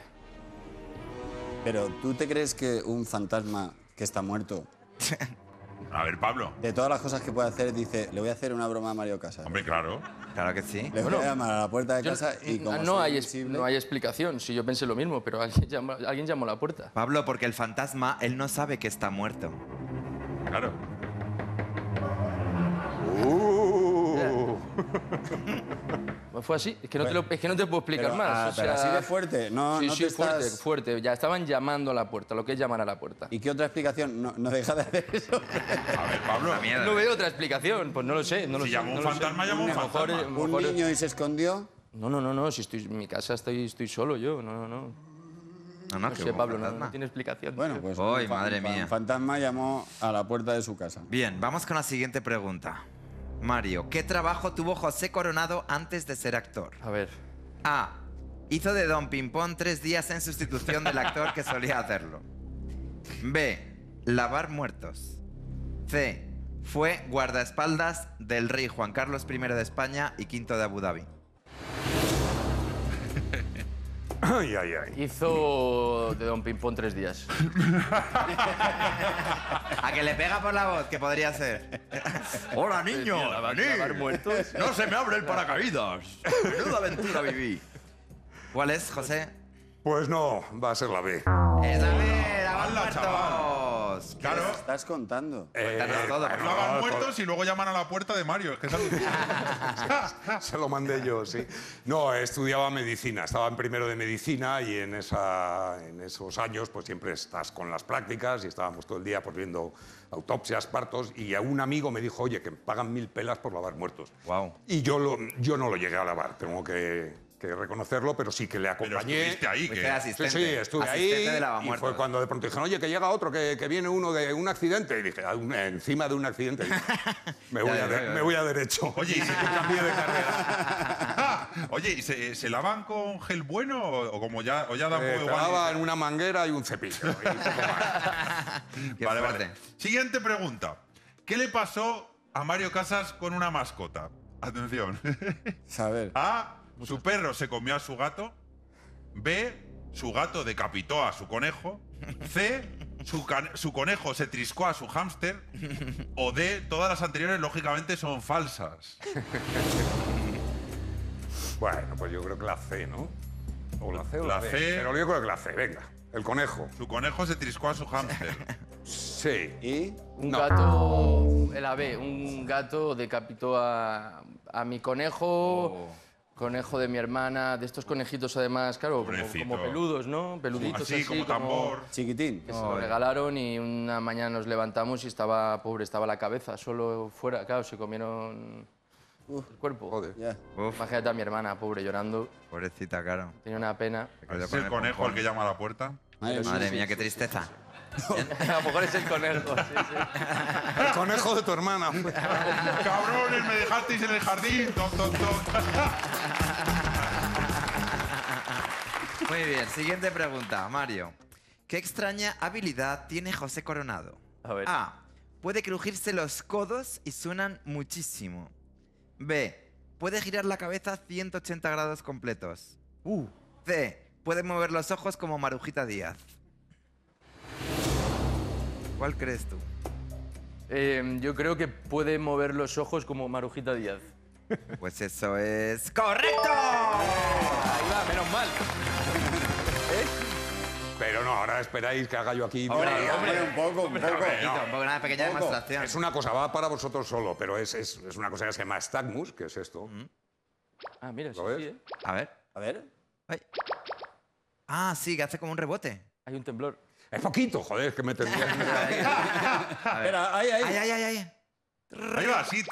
Speaker 3: Pero ¿tú te crees que un fantasma que está muerto,
Speaker 6: A ver, Pablo.
Speaker 3: de todas las cosas que puede hacer, dice, le voy a hacer una broma a Mario Casas?
Speaker 6: Hombre, claro.
Speaker 1: Claro que sí.
Speaker 3: Le voy a llamar a la puerta de
Speaker 4: Yo-
Speaker 3: casa y como
Speaker 4: no,
Speaker 3: soy
Speaker 4: hay, es-
Speaker 3: invisible-
Speaker 4: no hay explicación, si yo pensé lo mismo, pero alguien llamó, alguien llamó a la puerta.
Speaker 1: Pablo, porque el fantasma, él no sabe que está muerto.
Speaker 6: Claro.
Speaker 4: Fue así, es que no, te, lo- es que no te puedo explicar
Speaker 3: Pero,
Speaker 4: más.
Speaker 3: ah,
Speaker 4: o
Speaker 3: pero
Speaker 4: sea-
Speaker 3: así de fuerte, no-
Speaker 4: sí,
Speaker 3: no
Speaker 4: sí,
Speaker 3: te
Speaker 4: fuerte,
Speaker 3: estás-
Speaker 4: fuerte. Ya estaban llamando a la puerta, lo que es llamar a la puerta.
Speaker 3: ¿Y qué otra explicación? No, no deja de hacer eso.
Speaker 6: A ver, Pablo.
Speaker 1: La mierda.
Speaker 4: No veo otra explicación, pues no lo sé. No lo
Speaker 6: Si
Speaker 4: sé,
Speaker 6: llamó
Speaker 4: no
Speaker 6: un
Speaker 4: lo sé.
Speaker 6: fantasma, llamó un
Speaker 4: A lo mejor-
Speaker 6: fantasma.
Speaker 4: a lo
Speaker 3: Un
Speaker 4: mejor- eh,
Speaker 3: niño y se escondió.
Speaker 4: No, no, no, no, si estoy en mi casa estoy, estoy solo yo, no, no, no.
Speaker 1: No,
Speaker 6: Ah,
Speaker 1: no,
Speaker 4: No
Speaker 1: que
Speaker 4: sé,
Speaker 1: hubo
Speaker 4: Pablo, no,
Speaker 1: fantasma.
Speaker 4: no tiene explicación.
Speaker 3: Bueno,
Speaker 4: tío.
Speaker 3: pues.
Speaker 1: Ay,
Speaker 3: un fa-
Speaker 1: madre
Speaker 3: un fa-
Speaker 1: mía.
Speaker 3: Un fantasma llamó a la puerta de su casa.
Speaker 1: Bien, vamos con la siguiente pregunta. Mario, ¿qué trabajo tuvo José Coronado antes de ser actor?
Speaker 4: A ver,
Speaker 1: A. Ah, Hizo de Don Pimpón tres días en sustitución del actor que solía hacerlo. B. Lavar muertos. C. fue guardaespaldas del rey Juan Carlos I de España y V de Abu Dhabi.
Speaker 5: Ay, ay, ay.
Speaker 4: Hizo de Don Pimpón tres días.
Speaker 1: A que le pega por la voz, que podría ser.
Speaker 12: Hola, niño. venid. No se me abre el paracaídas. Menuda aventura viví.
Speaker 1: ¿Cuál es, José?
Speaker 5: Pues no, va a ser la B.
Speaker 1: ¡Muertos!
Speaker 3: Claro. estás contando?
Speaker 5: Eh,
Speaker 6: Lo hagan muertos y luego llaman a la puerta de Mario. Es que es
Speaker 5: Se lo mandé yo, sí. No, estudiaba medicina, estaba en primero de medicina y en, esa, en esos años pues siempre estás con las prácticas y estábamos todo el día pues, viendo autopsias, partos y a un amigo me dijo, oye, que me pagan mil pelas por lavar muertos.
Speaker 1: Wow.
Speaker 5: Y yo, lo, yo no lo llegué a lavar, tengo que, que reconocerlo, pero sí que le acompañé.
Speaker 6: estuviste ahí, Fuiste que- asistente.
Speaker 5: Sí, sí, estuve
Speaker 1: Asistente
Speaker 5: ahí.
Speaker 1: de
Speaker 5: y
Speaker 1: lavamuertos.
Speaker 5: fue cuando de pronto dijeron, oye, que llega otro, que, que viene uno de un accidente. Y dije, "Ah, un- encima de un accidente. Y dije, me, voy
Speaker 6: Ya,
Speaker 5: a,
Speaker 6: ya,
Speaker 5: de-
Speaker 6: ya, ya.
Speaker 5: me voy a derecho.
Speaker 6: Oye, ¿y se,
Speaker 5: cambié de
Speaker 6: Oye, ¿y se, se lavan con gel bueno o, o como ya, o ya dan
Speaker 5: Eh,
Speaker 6: fuego?
Speaker 5: te lava en una manguera y un cepillo.
Speaker 6: Vale, vale. Siguiente pregunta. ¿Qué le pasó a Mario Casas con una mascota? Atención.
Speaker 3: Saber.
Speaker 6: A. Su perro se comió a su gato. B. Su gato decapitó a su conejo. C. Su, can- su conejo se triscó a su hámster. O D. Todas las anteriores, lógicamente, son falsas.
Speaker 5: Bueno, pues yo creo que la C, ¿no? O la C o la,
Speaker 6: La
Speaker 5: B.
Speaker 6: C.
Speaker 5: Pero yo creo que la C, venga. El conejo.
Speaker 6: Su conejo se triscó a su hámster.
Speaker 5: Sí.
Speaker 3: ¿Y?
Speaker 4: Un gato, el ave, un gato decapitó a, a mi
Speaker 6: Oh.
Speaker 4: conejo, conejo de mi hermana, de estos conejitos además, claro, como,
Speaker 6: Pobrecito.
Speaker 4: como peludos, ¿no? Peluditos
Speaker 6: Así, como tambor.
Speaker 3: Chiquitín.
Speaker 4: Que se lo regalaron y una mañana nos levantamos y estaba pobre, estaba la cabeza solo fuera, claro, se comieron el cuerpo.
Speaker 3: Ya.
Speaker 4: Imagínate a mi hermana, pobre, llorando,
Speaker 1: Pobrecita, claro.
Speaker 4: tenía una pena.
Speaker 6: ¿Es el conejo el que llama a la puerta?
Speaker 1: Madre,
Speaker 4: Sí, sí,
Speaker 1: mía,
Speaker 4: sí,
Speaker 1: qué
Speaker 4: sí,
Speaker 1: tristeza.
Speaker 4: A lo mejor es el conejo, sí, sí.
Speaker 5: El conejo de tu hermana. Ah.
Speaker 6: ¡Cabrones, me dejasteis en el jardín! ¡Toc, toc, toc!
Speaker 1: Muy bien, siguiente pregunta, Mario. ¿Qué extraña habilidad tiene José Coronado?
Speaker 4: A
Speaker 5: Ah.
Speaker 4: ver.
Speaker 1: A. Puede crujirse los codos y suenan muchísimo. B. Puede girar la cabeza 180 grados completos. C. Puede mover los ojos como Marujita Díaz. ¿Cuál crees tú?
Speaker 4: Eh, yo creo que puede mover los ojos como Marujita Díaz.
Speaker 1: Pues eso es correcto.
Speaker 4: Ahí va, menos mal.
Speaker 5: Pero no, ahora esperáis que haga yo aquí.
Speaker 1: Hombre,
Speaker 3: Hombre, un poco, un poco.
Speaker 1: Poquito, un poco, una pequeña
Speaker 3: Poco.
Speaker 1: demostración.
Speaker 5: Es una cosa, va para vosotros solo, pero es, es- es una cosa que se llama Stagmus, que es esto.
Speaker 6: Mm.
Speaker 4: Ah, mira, sí,
Speaker 5: ¿Lo ves?
Speaker 4: sí, ¿eh?
Speaker 1: A ver.
Speaker 3: A ver.
Speaker 1: Ay. Ah, sí, que hace como un rebote.
Speaker 4: Hay un temblor.
Speaker 5: Es poquito, joder, es que me tendría.
Speaker 3: Espera, ahí, ahí.
Speaker 1: Ay, ay, ay, ay.
Speaker 6: Ahí va, sí.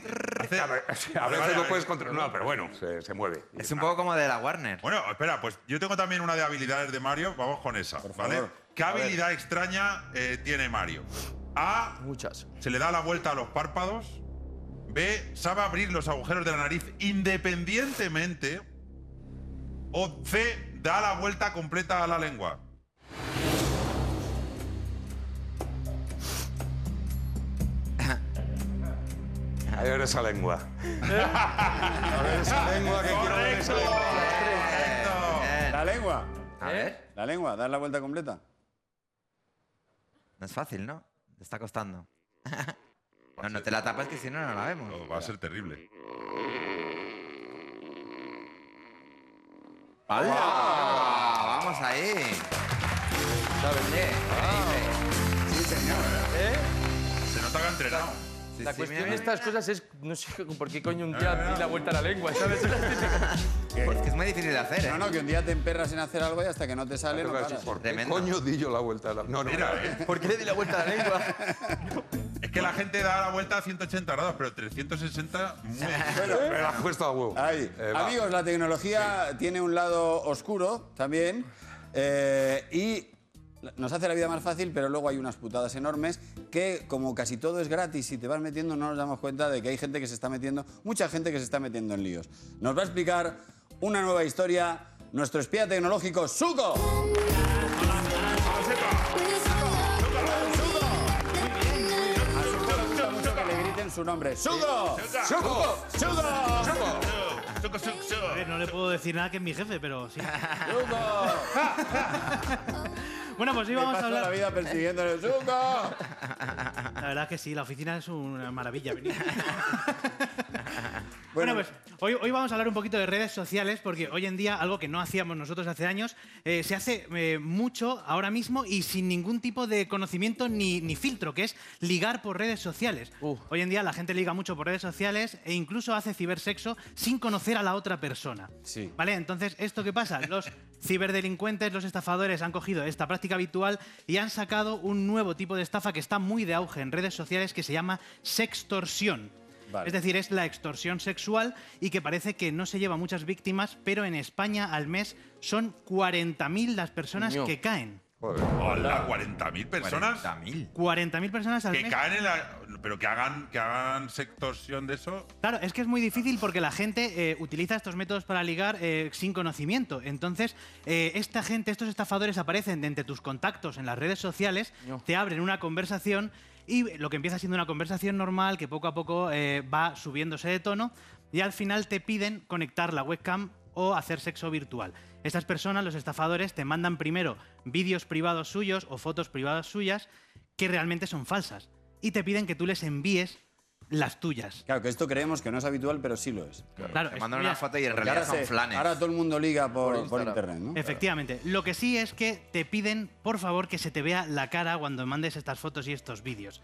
Speaker 6: Hace-
Speaker 5: A veces
Speaker 6: Vale, vale,
Speaker 5: lo
Speaker 6: vale.
Speaker 5: puedes controlar. No, pero bueno, se, se mueve.
Speaker 1: Es un poco como de la Warner.
Speaker 6: Bueno, espera, pues yo tengo también una de habilidades de Mario. Vamos con esa, ¿vale?
Speaker 3: favor.
Speaker 6: ¿Qué
Speaker 3: A ver.
Speaker 6: habilidad extraña eh, tiene Mario? A.
Speaker 4: Muchas.
Speaker 6: Se le da la vuelta a los párpados. B. Sabe abrir los agujeros de la nariz independientemente. O C. Da la vuelta completa a la lengua.
Speaker 5: A ver esa lengua. A ver esa lengua que quiero ver esa lengua.
Speaker 3: La lengua.
Speaker 1: Eh, A ver.
Speaker 3: La lengua, dar la vuelta completa.
Speaker 1: No es fácil, ¿no? Te está costando. no, no te la tapas que si no, no la vemos.
Speaker 6: No, Oh, va a ser terrible.
Speaker 1: ¡Hala! Vamos ahí. Oye, increíble.
Speaker 6: Se nota que ha entrenado.
Speaker 1: Sí,
Speaker 4: La
Speaker 1: sí,
Speaker 4: cuestión
Speaker 1: mira,
Speaker 4: de Pues estas cosas es, no sé por qué coño un día di la vuelta a la lengua, ¿sabes?
Speaker 1: Es que es muy difícil de hacer, ¿eh?
Speaker 3: No, no, que un día te emperras en hacer algo y hasta que no te sale, no paras.
Speaker 5: ¿Por qué
Speaker 1: Tremendo.
Speaker 5: coño di yo la vuelta a la.? No, no,
Speaker 6: Mira, eh,
Speaker 4: ¿Por qué le di la vuelta a la lengua?
Speaker 6: es que la gente da la vuelta a 180 grados, pero 360 muy difícil.
Speaker 5: Me la has puesto a huevo.
Speaker 3: Ahí.
Speaker 5: Eh, va.
Speaker 3: Amigos, la tecnología tiene un lado oscuro también eh, y nos hace la vida más fácil, pero luego hay unas putadas enormes que, como casi todo es gratis y te vas metiendo, no nos damos cuenta de que hay gente que se está metiendo, mucha gente que se está metiendo en líos. Nos va a explicar una nueva historia nuestro espía tecnológico, Suco. su nombre. ¡Sugo!
Speaker 13: ¡Sugo!
Speaker 3: ¡Sugo!
Speaker 13: ¡Sugo! ¡Sugo!
Speaker 6: A ver, no le puedo decir nada que es mi jefe, pero sí. Bueno, pues sí,
Speaker 3: Me
Speaker 6: vamos a
Speaker 3: paso
Speaker 6: hablar.
Speaker 3: la vida persiguiéndole. ¡Sugo!
Speaker 6: La verdad es que sí, la oficina es una maravilla. venid. Bueno, pues hoy, hoy vamos a hablar un poquito de redes sociales porque hoy en día algo que no hacíamos nosotros hace años eh, se hace eh, mucho ahora mismo y sin ningún tipo de conocimiento ni, ni filtro, que es ligar por redes sociales. Hoy en día la gente liga mucho por redes sociales e incluso hace cibersexo sin conocer a la otra persona.
Speaker 3: Sí.
Speaker 6: ¿Vale? Entonces, ¿esto qué pasa? Los ciberdelincuentes, los estafadores han cogido esta práctica habitual y han sacado un nuevo tipo de estafa que está muy de auge en redes sociales que se llama sextorsión. Es decir, es la extorsión sexual y que parece que no se lleva muchas víctimas, pero en España al mes son 40.000 las personas
Speaker 13: Coño.
Speaker 6: que caen.
Speaker 13: Hola, 40.000 personas.
Speaker 6: 40.000 personas al
Speaker 13: Que
Speaker 6: mes.
Speaker 13: caen en la. Pero que hagan, que hagan sectorsión de eso.
Speaker 6: Claro, es que es muy difícil porque la gente eh, utiliza estos métodos para ligar eh, sin conocimiento. Entonces, eh, esta gente, estos estafadores aparecen de entre tus contactos en las redes sociales, te abren una conversación y lo que empieza siendo una conversación normal que poco a poco eh, va subiéndose de tono y al final te piden conectar la webcam o hacer sexo virtual. Estas personas, los estafadores, te mandan primero vídeos privados suyos o fotos privadas suyas que realmente son falsas y te piden que tú les envíes las tuyas.
Speaker 3: Claro, que esto creemos que no es habitual, pero sí lo es.
Speaker 6: Claro, Te mandan es- una mira, foto y en
Speaker 3: Porque
Speaker 6: realidad
Speaker 3: ahora
Speaker 6: son flanes.
Speaker 3: Ahora todo el mundo liga por,
Speaker 6: Por
Speaker 3: por
Speaker 6: Instagram.
Speaker 3: internet, ¿no?
Speaker 6: Efectivamente. Lo que sí es que te piden, por favor, que se te vea la cara cuando mandes estas fotos y estos vídeos.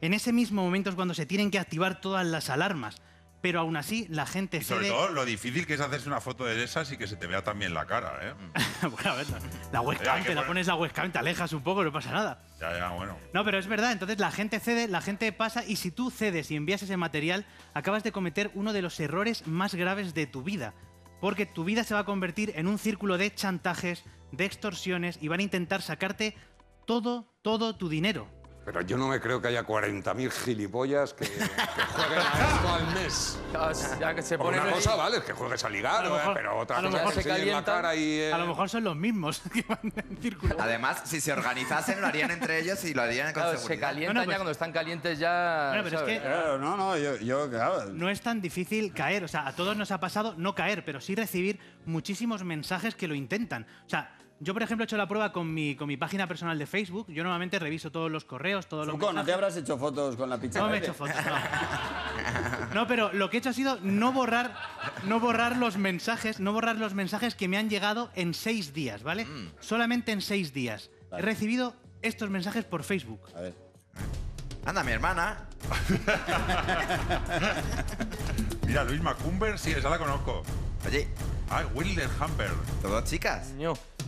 Speaker 6: En ese mismo momento es cuando se tienen que activar todas las alarmas. Pero aún así, la gente
Speaker 13: Y sobre
Speaker 6: cede-
Speaker 13: todo lo difícil que es hacerse una foto de esas y que se te vea también la cara, ¿eh?
Speaker 6: bueno, a ver, no. la webcam,
Speaker 13: Hay que
Speaker 6: te la
Speaker 13: poner-
Speaker 6: pones la webcam, te alejas un poco, no pasa nada.
Speaker 13: Ya, ya, bueno.
Speaker 6: No, pero es verdad, entonces la gente cede, la gente pasa y si tú cedes y envías ese material, acabas de cometer uno de los errores más graves de tu vida. Porque tu vida se va a convertir en un círculo de chantajes, de extorsiones y van a intentar sacarte todo, todo tu dinero.
Speaker 5: Pero yo no me creo que haya 40.000 gilipollas que, que jueguen a esto al mes.
Speaker 4: Ah,
Speaker 5: Por
Speaker 6: ponen
Speaker 5: una
Speaker 6: ahí-
Speaker 5: cosa vale es que juegues a ligar,
Speaker 6: A lo
Speaker 5: eh,
Speaker 6: mejor-
Speaker 5: pero otra
Speaker 6: a lo
Speaker 5: cosa es
Speaker 6: mejor
Speaker 5: que
Speaker 6: se
Speaker 5: enseñes la
Speaker 6: calientan.
Speaker 5: cara y... eh,
Speaker 6: A lo mejor son los mismos que van en círculo.
Speaker 1: Además, si se organizasen, lo harían entre ellos y lo harían con
Speaker 4: Claro, se
Speaker 1: seguridad.
Speaker 4: calientan ya cuando están calientes ya.
Speaker 6: pues Bueno, pero es
Speaker 4: ¿sabes?
Speaker 6: que- Claro,
Speaker 3: no, no, yo, claro.
Speaker 6: No es tan difícil caer, o sea, a todos nos ha pasado no caer, pero sí recibir muchísimos mensajes que lo intentan. O sea, yo por ejemplo he hecho la prueba con mi, con mi página personal de Facebook, yo normalmente reviso todos los correos, todos los...
Speaker 3: Zuko, ¿no te
Speaker 6: mensajes.
Speaker 3: habrás hecho fotos con la pizza?
Speaker 6: No me he hecho fotos, no. No, pero lo que he hecho ha sido no borrar, no borrar los mensajes, no borrar los mensajes que me han llegado en seis días, ¿vale?
Speaker 13: Mm.
Speaker 6: Solamente en seis días. He recibido estos mensajes por Facebook.
Speaker 3: A ver.
Speaker 1: Anda, mi hermana.
Speaker 13: Mira, Luis Macumber, sí, esa la conozco.
Speaker 1: Oye.
Speaker 13: Ah, Wilder Humber.
Speaker 1: Todos chicas.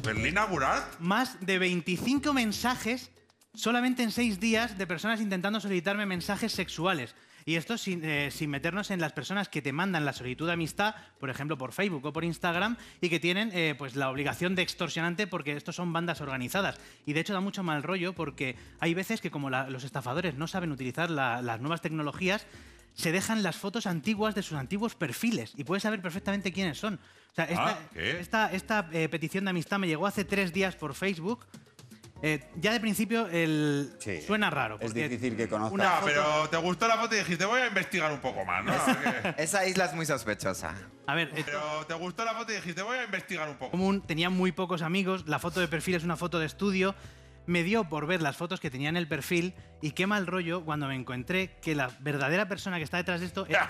Speaker 13: Berlina Burat.
Speaker 6: Más de 25 mensajes solamente en seis días de personas intentando solicitarme mensajes sexuales. Y esto sin, eh, sin meternos en las personas que te mandan la solicitud de amistad, por ejemplo, por Facebook o por Instagram, y que tienen eh, pues, la obligación de extorsionante porque estos son bandas organizadas. Y de hecho da mucho mal rollo porque hay veces que como la- los estafadores no saben utilizar la- las nuevas tecnologías, se dejan las fotos antiguas de sus antiguos perfiles y puedes saber perfectamente quiénes son. O sea, esta,
Speaker 13: Ah, ¿qué?
Speaker 6: esta- esta, eh, petición de amistad me llegó hace tres días por Facebook. Eh, ya de principio el suena raro.
Speaker 3: Es
Speaker 6: porque
Speaker 3: difícil que conozcas.
Speaker 6: una
Speaker 13: No,
Speaker 6: foto-
Speaker 13: pero te gustó la foto y dijiste, voy a investigar un poco más, ¿no?
Speaker 1: Esa isla es muy sospechosa.
Speaker 6: A ver, eh,
Speaker 13: Pero te gustó la foto y dijiste, voy a investigar un poco.
Speaker 6: común, tenía muy pocos amigos, la foto de perfil es una foto de estudio. Me dio por ver las fotos que tenía en el perfil y qué mal rollo cuando me encontré que la verdadera persona que está detrás de esto era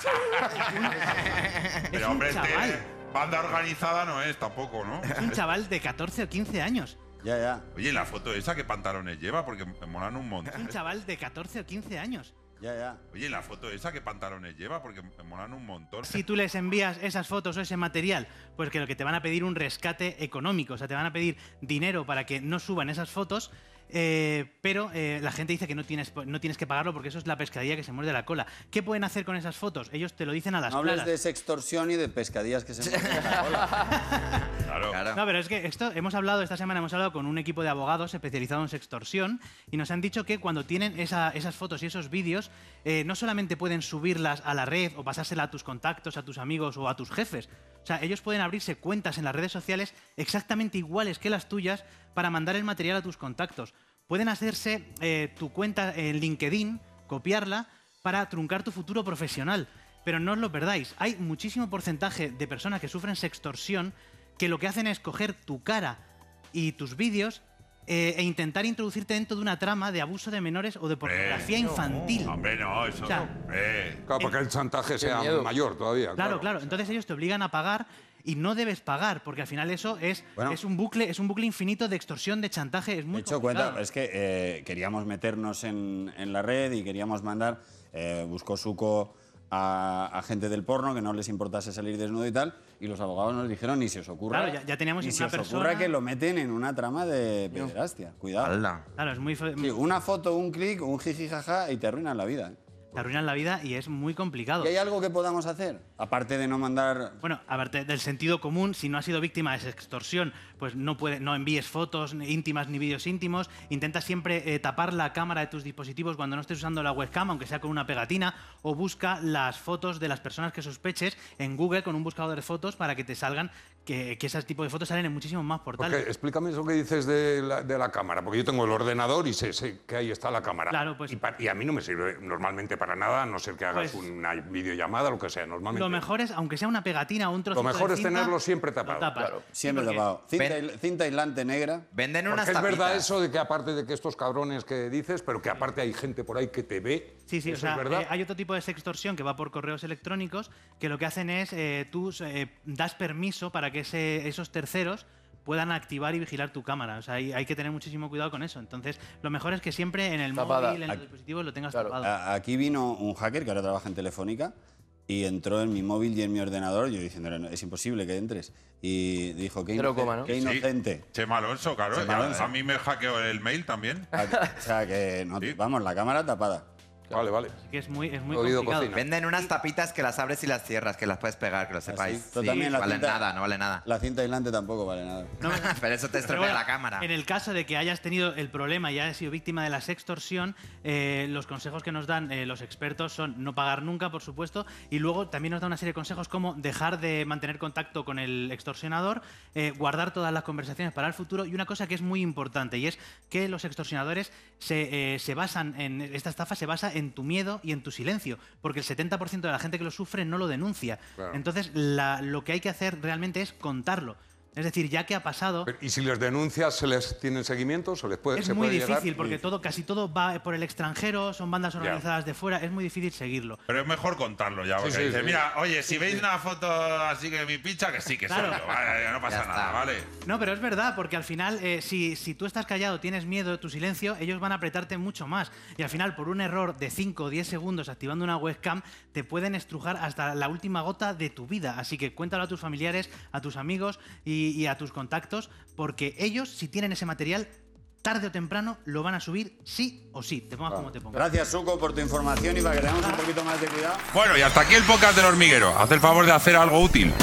Speaker 13: Pero hombre, este,
Speaker 6: chaval.
Speaker 13: eh, banda organizada no es tampoco, ¿no?
Speaker 6: un chaval de 14 o 15 años.
Speaker 3: Ya, ya.
Speaker 13: Oye, ¿y la foto esa qué pantalones lleva? Porque me molan un
Speaker 6: Un
Speaker 13: montón.
Speaker 6: chaval de 14 o 15 años.
Speaker 3: Ya, ya.
Speaker 13: Oye, ¿y la foto esa qué pantalones lleva? Porque me molan un montón.
Speaker 6: si tú les envías esas fotos o ese material, pues que lo que te van a pedir un rescate económico, o sea, te van a pedir dinero para que no suban esas fotos, eh, pero eh, la gente dice que no tienes, no tienes que pagarlo porque eso es la pescadilla que se muerde la cola. ¿Qué pueden hacer con esas fotos? Ellos te lo dicen a las
Speaker 3: No hablas
Speaker 6: claras.
Speaker 3: de sextorsión y de pescadillas que se mueven.
Speaker 13: Claro.
Speaker 6: No, pero es que esto hemos hablado esta semana hemos hablado con un equipo de abogados especializados en sextorsión y nos han dicho que cuando tienen esa- esas fotos y esos vídeos eh, no solamente pueden subirlas a la red o pasársela a tus contactos, a tus amigos o a tus jefes. O sea, ellos pueden abrirse cuentas en las redes sociales exactamente iguales que las tuyas para mandar el material a tus contactos. Pueden hacerse eh, tu cuenta en LinkedIn, copiarla
Speaker 13: para truncar tu futuro profesional. Pero no os lo perdáis, hay muchísimo porcentaje de personas que sufren sextorsión que lo que hacen es coger tu cara y tus vídeos eh, e intentar introducirte dentro de una trama de abuso de menores o de pornografía infantil.
Speaker 6: Hombre, no, eso
Speaker 13: O sea,
Speaker 6: no. Eh,
Speaker 5: Claro, para que el chantaje sea mayor todavía.
Speaker 13: Claro, claro. Entonces ellos te obligan a pagar y no debes pagar, porque al final eso es,
Speaker 3: Bueno.
Speaker 13: es un bucle, es un bucle infinito de extorsión, de chantaje. Es muy
Speaker 3: De hecho,
Speaker 13: complicado.
Speaker 3: cuenta, es que eh, queríamos meternos en, en la red y queríamos mandar, eh, buscó Suco a, a gente del porno que no les importase salir desnudo y tal, y los abogados nos dijeron, ni se os ocurra,
Speaker 13: Claro, ya- ya teníamos
Speaker 3: ni
Speaker 13: una
Speaker 3: se os
Speaker 13: persona-
Speaker 3: ocurra que lo meten en una trama de pederastia. Cuidado.
Speaker 13: Claro, es muy...
Speaker 3: Sí, una foto, un clic, un jiji jaja y te arruinan la vida. ¿eh?
Speaker 13: Te arruinan la vida y es muy complicado.
Speaker 3: ¿Y hay algo que podamos hacer? Aparte de no mandar...
Speaker 13: Bueno, aparte del sentido común, si no has sido víctima de esa extorsión, pues no, puede, no envíes fotos ni íntimas ni vídeos íntimos. Intenta siempre eh, tapar la cámara de tus dispositivos cuando no estés usando la webcam, aunque sea con una pegatina, o busca las fotos de las personas que sospeches en Google con un buscador de fotos para que te salgan que, que ese tipo de fotos salen en muchísimos más portales.
Speaker 5: Porque explícame eso que dices de la, de la cámara, porque yo tengo el ordenador y sé, sé que ahí está la cámara.
Speaker 13: Claro, pues-
Speaker 5: y, pa- y a mí no me sirve normalmente para nada, a no ser que hagas
Speaker 13: Pues-
Speaker 5: una videollamada, lo que sea. Normalmente.
Speaker 13: Lo mejor es, aunque sea una pegatina o un trozo
Speaker 5: Lo mejor
Speaker 13: de
Speaker 5: es
Speaker 13: cinta,
Speaker 5: tenerlo siempre
Speaker 13: lo
Speaker 5: tapado.
Speaker 13: tapas.
Speaker 5: claro.
Speaker 13: Sí,
Speaker 3: Siempre
Speaker 13: porque-
Speaker 3: tapado. Cinta, aisl- cinta aislante negra.
Speaker 1: Venden
Speaker 5: Porque es verdad eso de que aparte de que estos cabrones que dices, pero que aparte hay gente por ahí que te ve.
Speaker 13: Sí, sí, o
Speaker 5: eso
Speaker 13: sea,
Speaker 5: es verdad.
Speaker 13: eh, hay otro tipo de sextorsión que va por correos electrónicos que lo que hacen es eh, tú eh, das permiso para que ese- esos terceros puedan activar y vigilar tu cámara. O sea, hay, hay que tener muchísimo cuidado con eso. Entonces, lo mejor es que siempre en el
Speaker 4: Tapada.
Speaker 13: móvil, en los
Speaker 4: Ac-
Speaker 13: dispositivos, lo tengas tapado.
Speaker 5: Ah.
Speaker 3: A- Aquí vino un hacker que ahora trabaja en Telefónica y entró en mi móvil y en mi ordenador. Yo diciendo, es imposible que entres. Y dijo, qué,
Speaker 4: Cero
Speaker 3: inoce-
Speaker 4: coma, ¿no?
Speaker 3: qué
Speaker 4: Sí.
Speaker 3: inocente.
Speaker 6: Chema Alonso, claro.
Speaker 3: Chema
Speaker 6: a-
Speaker 3: Alonso.
Speaker 6: A mí me hackeó el mail también.
Speaker 3: Ah, O sea, que no- vamos, la cámara tapada.
Speaker 5: Vale, vale.
Speaker 13: Que es muy, es muy
Speaker 5: Oído
Speaker 13: complicado.
Speaker 5: cocina.
Speaker 1: Venden unas tapitas que las abres y las cierras, que las puedes pegar, que lo sepáis.
Speaker 3: Esto
Speaker 1: Sí,
Speaker 3: también la
Speaker 1: valen
Speaker 3: cinta-
Speaker 1: nada, no vale nada.
Speaker 3: La cinta aislante tampoco vale nada.
Speaker 1: Pero eso te
Speaker 13: Pero
Speaker 1: estropea
Speaker 13: bueno,
Speaker 1: la cámara.
Speaker 13: En el caso de que hayas tenido el problema y hayas sido víctima de la sextorsión, eh, los consejos que nos dan eh, los expertos son no pagar nunca, por supuesto, y luego también nos da una serie de consejos como dejar de mantener contacto con el extorsionador, eh, guardar todas las conversaciones para el futuro y una cosa que es muy importante y es que los extorsionadores se, eh, se basan en esta estafa se basa en tu miedo y en tu silencio, porque el 70% de la gente que lo sufre no lo denuncia.
Speaker 5: Claro.
Speaker 13: Entonces, la- lo que hay que hacer realmente es contarlo. Es decir, ya que ha pasado,
Speaker 5: Pero, ¿Y si les denuncias, se les tienen seguimiento? ¿Se les puede,
Speaker 13: es
Speaker 5: se
Speaker 13: muy
Speaker 5: puede llegar?
Speaker 13: difícil porque todo, casi todo va por el extranjero, son bandas organizadas de fuera, es muy difícil seguirlo.
Speaker 6: Pero es mejor contarlo ya,
Speaker 5: Sí,
Speaker 6: porque
Speaker 5: sí,
Speaker 6: dice,
Speaker 5: sí.
Speaker 6: mira, oye, si veis una foto así que mi picha, que sí, que soy
Speaker 13: Claro.
Speaker 6: yo, vale, no pasa
Speaker 1: Ya está.
Speaker 6: nada, ¿vale?
Speaker 13: No, pero es verdad, porque al final, eh, si, si tú estás callado, tienes miedo, tu silencio, ellos van a apretarte mucho más. Y al final, por un error de 5 o 10 segundos activando una webcam, te pueden estrujar hasta la última gota de tu vida. Así que cuéntalo a tus familiares, a tus amigos y, y a tus contactos, porque ellos, si tienen ese material, tarde o temprano lo van a subir sí o sí. Te pongas como te pongas.
Speaker 3: Gracias, Suco, por tu información y para que tengamos un poquito más de cuidado.
Speaker 6: Bueno, y hasta aquí el podcast del hormiguero. Haz el favor de hacer algo útil.